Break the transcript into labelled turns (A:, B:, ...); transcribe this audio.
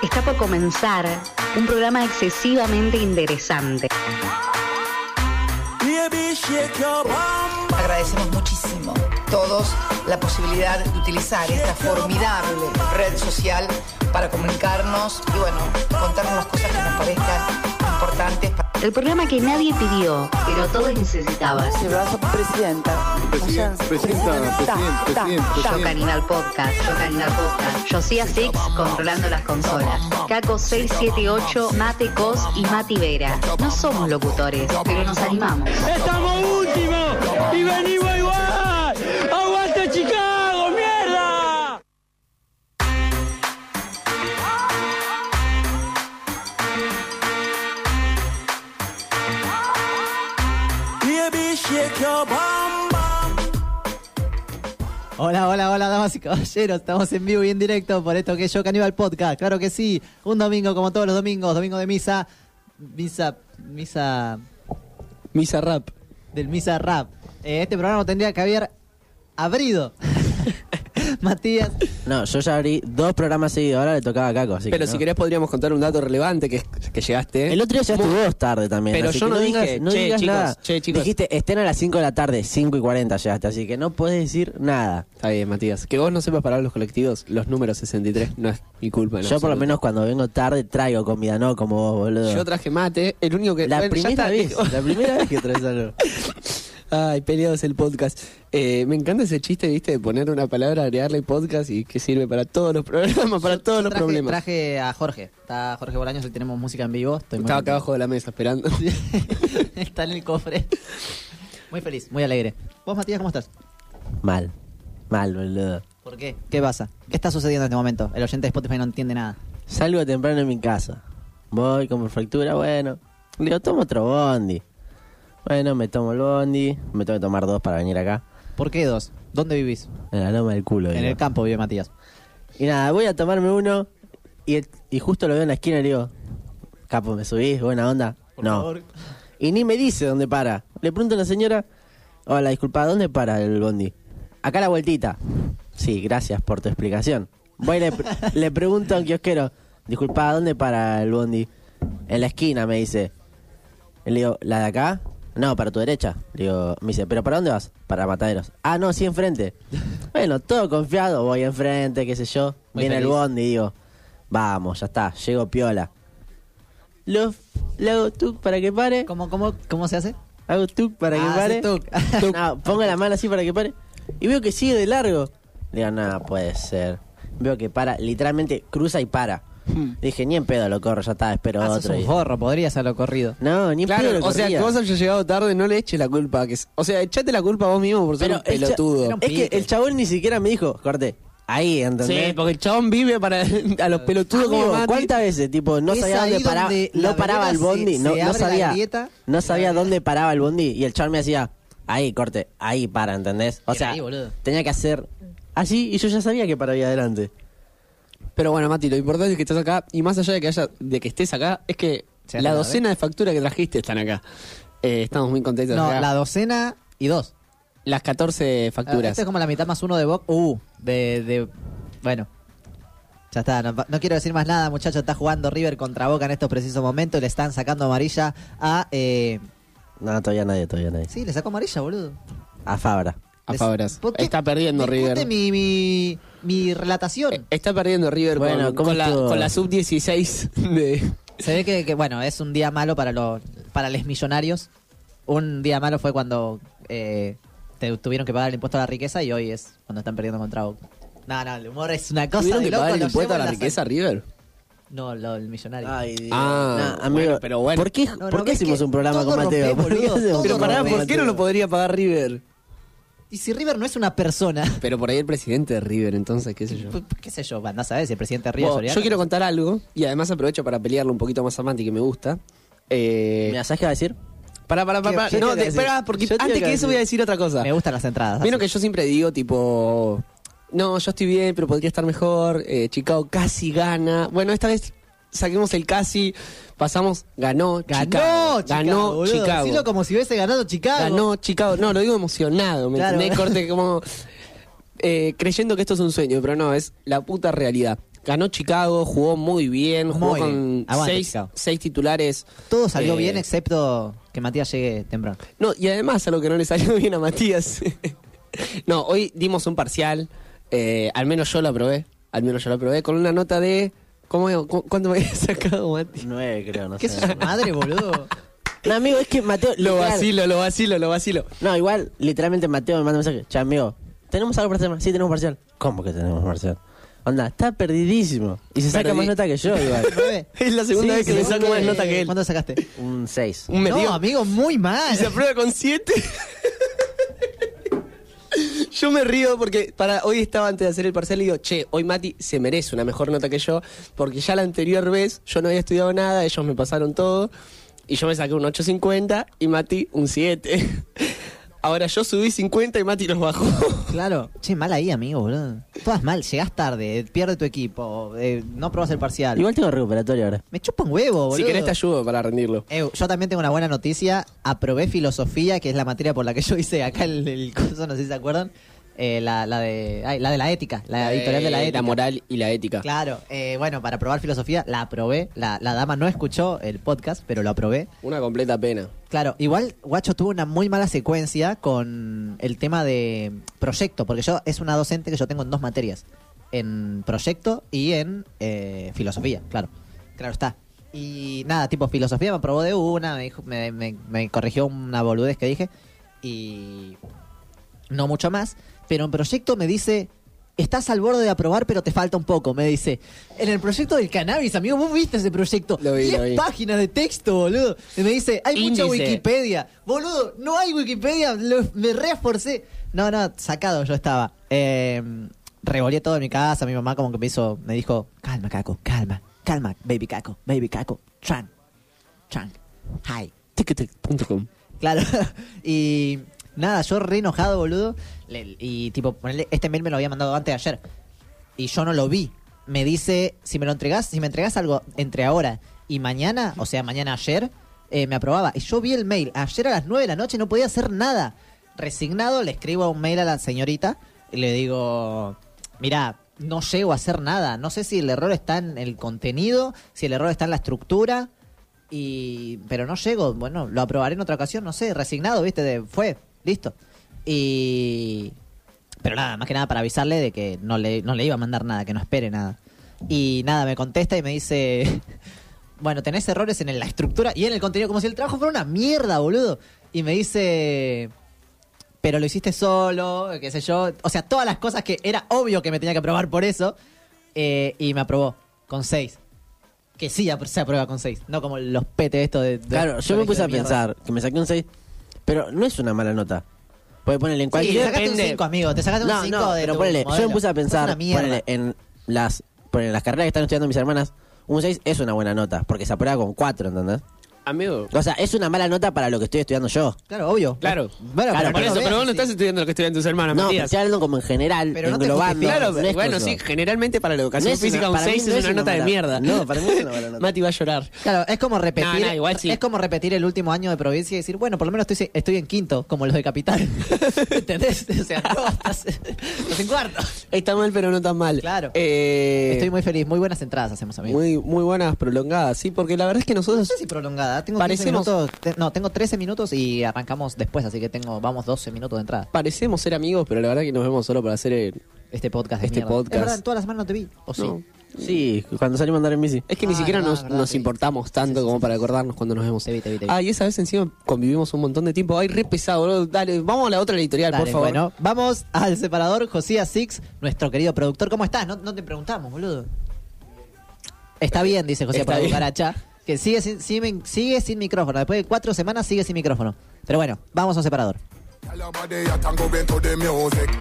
A: Está por comenzar un programa excesivamente interesante.
B: Agradecemos muchísimo todos la posibilidad de utilizar esta formidable red social para comunicarnos y bueno, contarnos las cosas que nos parezcan importantes.
A: El programa que nadie pidió, pero todos necesitaban.
C: Sí, brazo, presidenta.
D: Presidenta, presidenta, presidenta.
A: Yo Caninal Podcast, Yo Caninal Podcast, Josía Six controlando las consolas, Caco 678, Mate Cos y Mati Vera. No somos locutores, pero nos animamos.
E: ¡Estamos últimos! ¡Y venimos igual! ¡Aguanta Chicago, mierda!
F: Hola, hola, hola, damas y caballeros. Estamos en vivo y en directo por esto que es Yo Caníbal Podcast. Claro que sí. Un domingo, como todos los domingos, domingo de misa. Misa. Misa.
G: Misa rap.
F: Del misa rap. Eh, este programa tendría que haber abrido. Matías.
H: No, yo ya abrí dos programas seguidos, ahora le tocaba a Caco. Así
G: Pero
H: que
G: si
H: no.
G: querés podríamos contar un dato relevante que, que llegaste.
H: El otro día llegaste vos tarde también.
G: Pero
H: así
G: yo
H: que
G: no dije,
H: digas, no
G: "Che,
H: digas
G: chicos,
H: nada.
G: che, chicos".
H: Dijiste, estén a las 5 de la tarde, 5 y 40 llegaste, así que no puedes decir nada.
G: Está bien, Matías. Que vos no sepas parar los colectivos, los números 63 no es mi culpa. en
H: yo por lo
G: absoluto.
H: menos cuando vengo tarde traigo comida, no como vos, boludo.
G: Yo traje mate, el único que...
H: la
G: bueno, ya
H: primera
G: está,
H: vez,
G: dijo.
H: la primera vez que traes algo.
G: Ay, peleados el podcast. Eh, me encanta ese chiste, viste, de poner una palabra, agregarle podcast y que sirve para todos los programas, para todos los
F: traje,
G: problemas.
F: Traje a Jorge. Está Jorge Bolaños, hoy tenemos música en vivo. Estoy muy
G: Estaba acá abajo de la mesa esperando.
F: Está en el cofre. Muy feliz, muy alegre. ¿Vos, Matías, cómo estás?
H: Mal, mal, boludo.
F: ¿Por qué? ¿Qué pasa? ¿Qué está sucediendo en este momento? El oyente de Spotify no entiende nada.
H: Salgo temprano en mi casa. Voy, como fractura, bueno. Le digo, tomo otro bondi. Bueno, me tomo el bondi. Me tengo que tomar dos para venir acá.
F: ¿Por qué dos? ¿Dónde vivís?
H: En la loma del culo.
F: En
H: digo.
F: el campo vive Matías.
H: Y nada, voy a tomarme uno y, y justo lo veo en la esquina y le digo, capo, ¿me subís? Buena onda. no. Y ni me dice dónde para. Le pregunto a la señora, hola, disculpa, ¿dónde para el bondi? Acá a la vueltita. Sí, gracias por tu explicación. Voy y le, pre- le pregunto a un kiosquero, disculpa, ¿dónde para el bondi? En la esquina, me dice. Y Le digo, ¿la de acá? No, para tu derecha. Le digo, me dice, ¿pero para dónde vas? Para Mataderos. Ah, no, sí, enfrente. bueno, todo confiado, voy enfrente, qué sé yo.
F: Muy
H: Viene
F: feliz.
H: el bondi y digo, vamos, ya está, llego piola. Lo, f- le hago tuc para que pare.
F: ¿Cómo, cómo, cómo se hace?
H: Hago tuc para que
F: Ah,
H: pare.
F: hace tuc. Tuc.
H: No, pongo la mano así para que pare. Y veo que sigue de largo. Digo, no, puede ser. Veo que para, literalmente cruza y para. Dije, ni en pedo lo corro, ya está, espero
F: Ah, sos
H: otro.
F: un
H: Y-
F: forro, podría hacerlo corrido.
H: No, ni en pedo
G: Claro,
H: lo
G: o sea, que
H: corría.
G: vos hayas llegado tarde, no le eches la culpa. Que, es- o sea, echate la culpa vos mismo por ser
H: Pero
G: un
H: el cha-
G: pelotudo.
H: Es que el chabón ni siquiera me dijo, corte, ahí, ¿entendés?
G: Sí, porque el chabón vive para a los pelotudos
H: Amigo,
G: como Mati.
H: ¿Cuántas veces? Tipo, no
F: Es
H: sabía dónde
F: ahí
H: paraba.
F: donde la
H: No paraba el
F: vereda
H: bondi.
F: se-
H: no,
F: se
H: no
F: abre la
H: sabía.
F: grieta.
H: no sabía dónde paraba el bondi. Y el chabón me hacía, ahí, corte, ahí para, ¿entendés? O
F: Era
H: sea,
F: ahí, boludo.
H: tenía que hacer así y yo ya sabía que paraba ahí adelante.
G: Pero bueno, Mati, lo importante es que estás acá y más allá de que haya, de que estés acá, es que
F: Se hace
G: la
F: la
G: docena de facturas que trajiste están acá. Eh, estamos muy contentos.
F: No,
G: acá.
F: la docena y dos.
G: Las 14
F: Ah,
G: facturas.
F: Esto es como la mitad más uno de Boca. Uh, de, de- Bueno. Ya está, no, no quiero decir más nada, muchachos. Está jugando River contra Boca en estos precisos momentos. y Le están sacando amarilla a. eh,
H: No, todavía nadie, todavía nadie.
F: Sí, le sacó amarilla, boludo.
H: A Fabra.
G: A
F: Les-
G: Fabras.
F: ¿Por qué
G: Está perdiendo
F: discute
G: River.
F: mi, mi, mi
G: Eh,
F: relatación.
G: Está perdiendo River
H: Bueno,
G: con,
H: ¿cómo
G: con la,
H: estuvo?
G: con la sub-16 de...
F: Se ve que, que, bueno, es un día malo para los para los millonarios. Un día malo fue cuando eh, te tuvieron que pagar el impuesto a la riqueza y hoy es cuando están perdiendo contra Boca. No, no, el humor es una cosa
G: ¿Tuvieron
F: de
G: que
F: loco,
G: pagar el
F: lo
G: impuesto
F: llevo
G: a la
F: en
G: riqueza River?
F: sangre. No, lo, el millonario.
H: Dios.
G: Ah,
H: No, amigo,
G: bueno, pero bueno.
H: ¿Por qué,
F: No, no,
H: por qué
F: ves
H: hicimos
F: que
H: un programa
F: todo
H: con Mateo?
F: rompés,
H: ¿Por qué
F: boludo,
H: hacemos un
F: todo
G: Pero pará,
H: programa con
G: ¿por qué no
H: Mateo?
G: lo podría pagar River?
F: Y si River no es una persona,
G: Pero por ahí el presidente de River, entonces, qué sé yo.
F: p- qué sé yo, andás a ver si el presidente de River
G: Bueno,
F: es
G: yo
F: Oriana.
G: quiero contar algo y además aprovecho para pelearlo un poquito más a Mati, que me gusta. Eh,
H: Mira, ¿sabes qué va a decir?
G: Pará, pará, pará.
H: ¿Qué- qué te
G: pará. No,
H: iba a
G: te-
H: decir?
G: pará, porque
H: Yo te iba
G: antes
H: a
G: que eso
H: decir.
G: voy a decir otra cosa.
F: Me gustan las entradas.
G: Vieron
F: así.
G: que yo siempre digo, tipo, no, yo estoy bien, pero podría estar mejor. eh, Chicago casi gana. Bueno, esta vez saquemos el casi, pasamos, ganó,
F: Ganó
G: Chicago.
F: Chicago,
G: ganó
F: boludo.
G: Chicago.
F: Decilo como si hubiese ganado Chicago.
G: Ganó Chicago. No, lo digo emocionado, ¿me
F: Claro.
G: entendés? Corte como. eh, creyendo que esto es un sueño, pero no, es la puta realidad. Ganó Chicago, jugó muy bien, jugó
F: Muy bien.
G: con
F: Aguante,
G: seis,
F: Chicago.
G: seis titulares.
F: Todo salió
G: Eh,
F: bien excepto que Matías llegue temprano.
G: No, y además algo que no le salió bien a Matías. no, hoy dimos un parcial, eh, al menos yo la probé, al menos yo la probé, con una nota de... ¿Cómo, cu- ¿Cuánto me había sacado, Mati?
H: Nueve, creo, no
F: ¿Qué
H: sé.
F: es su madre, boludo?
H: No, amigo, es que Mateo.
G: Lo
H: literal-
G: vacilo, lo vacilo, lo vacilo.
H: No, igual, literalmente Mateo me manda un mensaje. Che, amigo, ¿tenemos algo para este tema? Sí, tenemos parcial. ¿Cómo que tenemos parcial? Onda, está perdidísimo. Y se saca
G: Perdí.
H: más nota que yo, igual.
F: ¿Nueve?
G: Es la segunda
H: Sí,
G: vez que
H: sí,
G: le saco
H: porque-
G: más nota que él.
F: ¿Cuánto sacaste?
H: un 6.
G: Un mes
F: no,
G: dio.
F: amigo, muy mal.
G: Y se aprueba con 7. Yo me río porque para hoy estaba antes de hacer el parcial y digo, che, hoy Mati se merece una mejor nota que yo, porque ya la anterior vez yo no había estudiado nada, ellos me pasaron todo, y yo me saqué un 8.50 y Mati un 7. Ahora yo subí 50 y Mati los bajó.
F: Claro. Che, mal ahí, amigo, boludo. Todas mal, llegás tarde, eh, pierde tu equipo, eh, no probás el parcial.
H: Igual tengo recuperatorio ahora.
F: Me chupa un huevo, boludo.
G: Si querés te ayudo para rendirlo.
F: Eh, yo también tengo una buena noticia. Aprobé filosofía, que es la materia por la que yo hice acá el, el curso, no sé si se acuerdan. Eh, la, la de, ay, la de la ética, la, editorial de la ética.
G: Eh, La moral y la ética.
F: Claro, eh, bueno, para aprobar filosofía la aprobé. La, la dama no escuchó el podcast, pero lo aprobé.
G: Una completa pena.
F: Claro, igual Guacho tuvo una muy mala secuencia con el tema de proyecto, porque yo es una docente que yo tengo en dos materias, en proyecto y en eh, filosofía, claro, claro está. Y nada, tipo filosofía me aprobó de una, me, dijo- me, me- me corrigió una boludez que dije y no mucho más, pero en proyecto me dice... Estás al borde de aprobar, pero te falta un poco, me dice. En el proyecto del cannabis, amigo, vos viste ese proyecto.
G: Lo vi, lo
F: Diez
G: vi.
F: páginas de texto, boludo. Y me dice, hay mucha
G: Índice.
F: Wikipedia. Boludo, no hay Wikipedia. lo- me reesforcé. No, no, sacado yo estaba. Eh, revolé todo en mi casa. Mi mamá como que me hizo, me dijo, calma, caco, calma, calma, baby caco, baby caco, tran, tran, hi.
G: Ticketek.com.
F: Claro. y nada, yo re enojado, boludo. Le- y tipo, ponele, este mail me lo había mandado antes de ayer. Y yo no lo vi. Me dice, si me lo entregás, si me entregás algo entre ahora y mañana, o sea, mañana ayer, eh, me aprobaba. Y yo vi el mail ayer a las 9 de la noche, no podía hacer nada. Resignado, le escribo un mail a la señorita y le digo, mira, no llego a hacer nada. No sé si el error está en el contenido, si el error está en la estructura y pero no llego, bueno, lo aprobaré en otra ocasión, no sé, resignado, viste, de fue, listo. Y pero nada, más que nada para avisarle de que no le, no le iba a mandar nada, que no espere nada. Y nada, me contesta y me dice, bueno, tenés errores en la estructura y en el contenido, como si el trabajo fuera una mierda, boludo. Y me dice, pero lo hiciste solo, qué sé yo. O sea, todas las cosas que era obvio que me tenía que aprobar por eso. Eh, y me aprobó con 6. Que sí apro- se aprueba con 6, no como los pete estos de... de-
H: Claro, yo me
F: colegio
H: puse
F: de
H: a
F: mierda.
H: pensar que me saqué un 6, pero no es una mala nota. Puede ponerle en
F: Sí, te
H: cualquier.
F: sacaste un
G: depende.
F: 5, amigo. Te sacaste
H: no,
F: un 5
H: no,
F: de
H: pero
F: tu
H: ponele, yo
F: modelo.
H: me puse a
F: Sos
H: pensar
F: una mierda.
H: ponele, en, las, ponele, en las carreras que están estudiando mis hermanas, un 6 es una buena nota, porque se aprueba con 4, ¿entendés?
G: Amigo.
H: O sea, es una mala nota para lo que estoy estudiando yo.
F: Claro, obvio.
G: Claro.
F: Bueno,
H: Claro,
F: pero
G: Por
H: no
F: lo
G: eso, pero
F: veas
G: vos no
F: así.
G: estás estudiando lo que estudian tus hermanas,
H: No, pero
G: Matías.
H: estoy hablando como en general,
F: Pero no te
H: englobando.
F: justifica.
G: Claro,
H: no es
G: bueno, sí,
H: exclusivo.
G: generalmente para la
H: No
G: educación
H: es una-
G: física un
H: para mí
G: 6
H: no
G: es
H: es
G: una
H: una
G: nota de
H: mala-
G: mierda.
H: no, para mí es una mala nota.
G: Mati va a llorar.
F: Claro, es como repetir.
G: No, no, igual sí.
F: Es como repetir el último año de provincia y decir, bueno, por lo menos estoy, estoy en quinto, como los de capital. ¿Entendés? O sea, no, estás, estás en cuarto.
G: Está mal, pero no tan mal.
F: Claro.
G: Eh,
F: Estoy muy feliz. Muy buenas entradas hacemos, amigo.
G: muy, muy buenas prolongadas, sí, porque la verdad es que
F: No
G: nosotros.
F: sé si prolongada. Tengo 15
G: Parecemos-
F: minutos. te- no, tengo 13 minutos y arrancamos después, así que tengo, vamos, 12 minutos de entrada.
G: Parecemos ser amigos, pero la verdad que nos vemos solo para hacer el.
F: Este podcast de
G: Este
F: mierda.
G: podcast.
F: Es verdad, en todas las semanas no te vi. ¿O sí?
G: No.
H: Sí, cuando salimos a andar en bici.
G: Es que
F: Ah,
G: ni siquiera
F: verdad,
G: nos,
F: verdad,
G: nos
F: te vi.
G: importamos tanto como para acordarnos cuando nos vemos.
F: Te vi, te vi, te vi.
G: Ah, y esa vez encima convivimos un montón de tiempo. Ay, re pesado, boludo. Dale, vamos a la otra editorial,
F: Dale,
G: por favor.
F: Bueno, vamos al separador Josías Six, nuestro querido productor. ¿Cómo estás? No, no te preguntamos, boludo. Está bien, dice José
G: Está
F: por
G: bien.
F: Cucaracha. Que sigue sin, sigue, sigue sin micrófono. Después de cuatro semanas sigue sin micrófono. Pero bueno, vamos a un separador.
I: Tell her body hot and go into the music.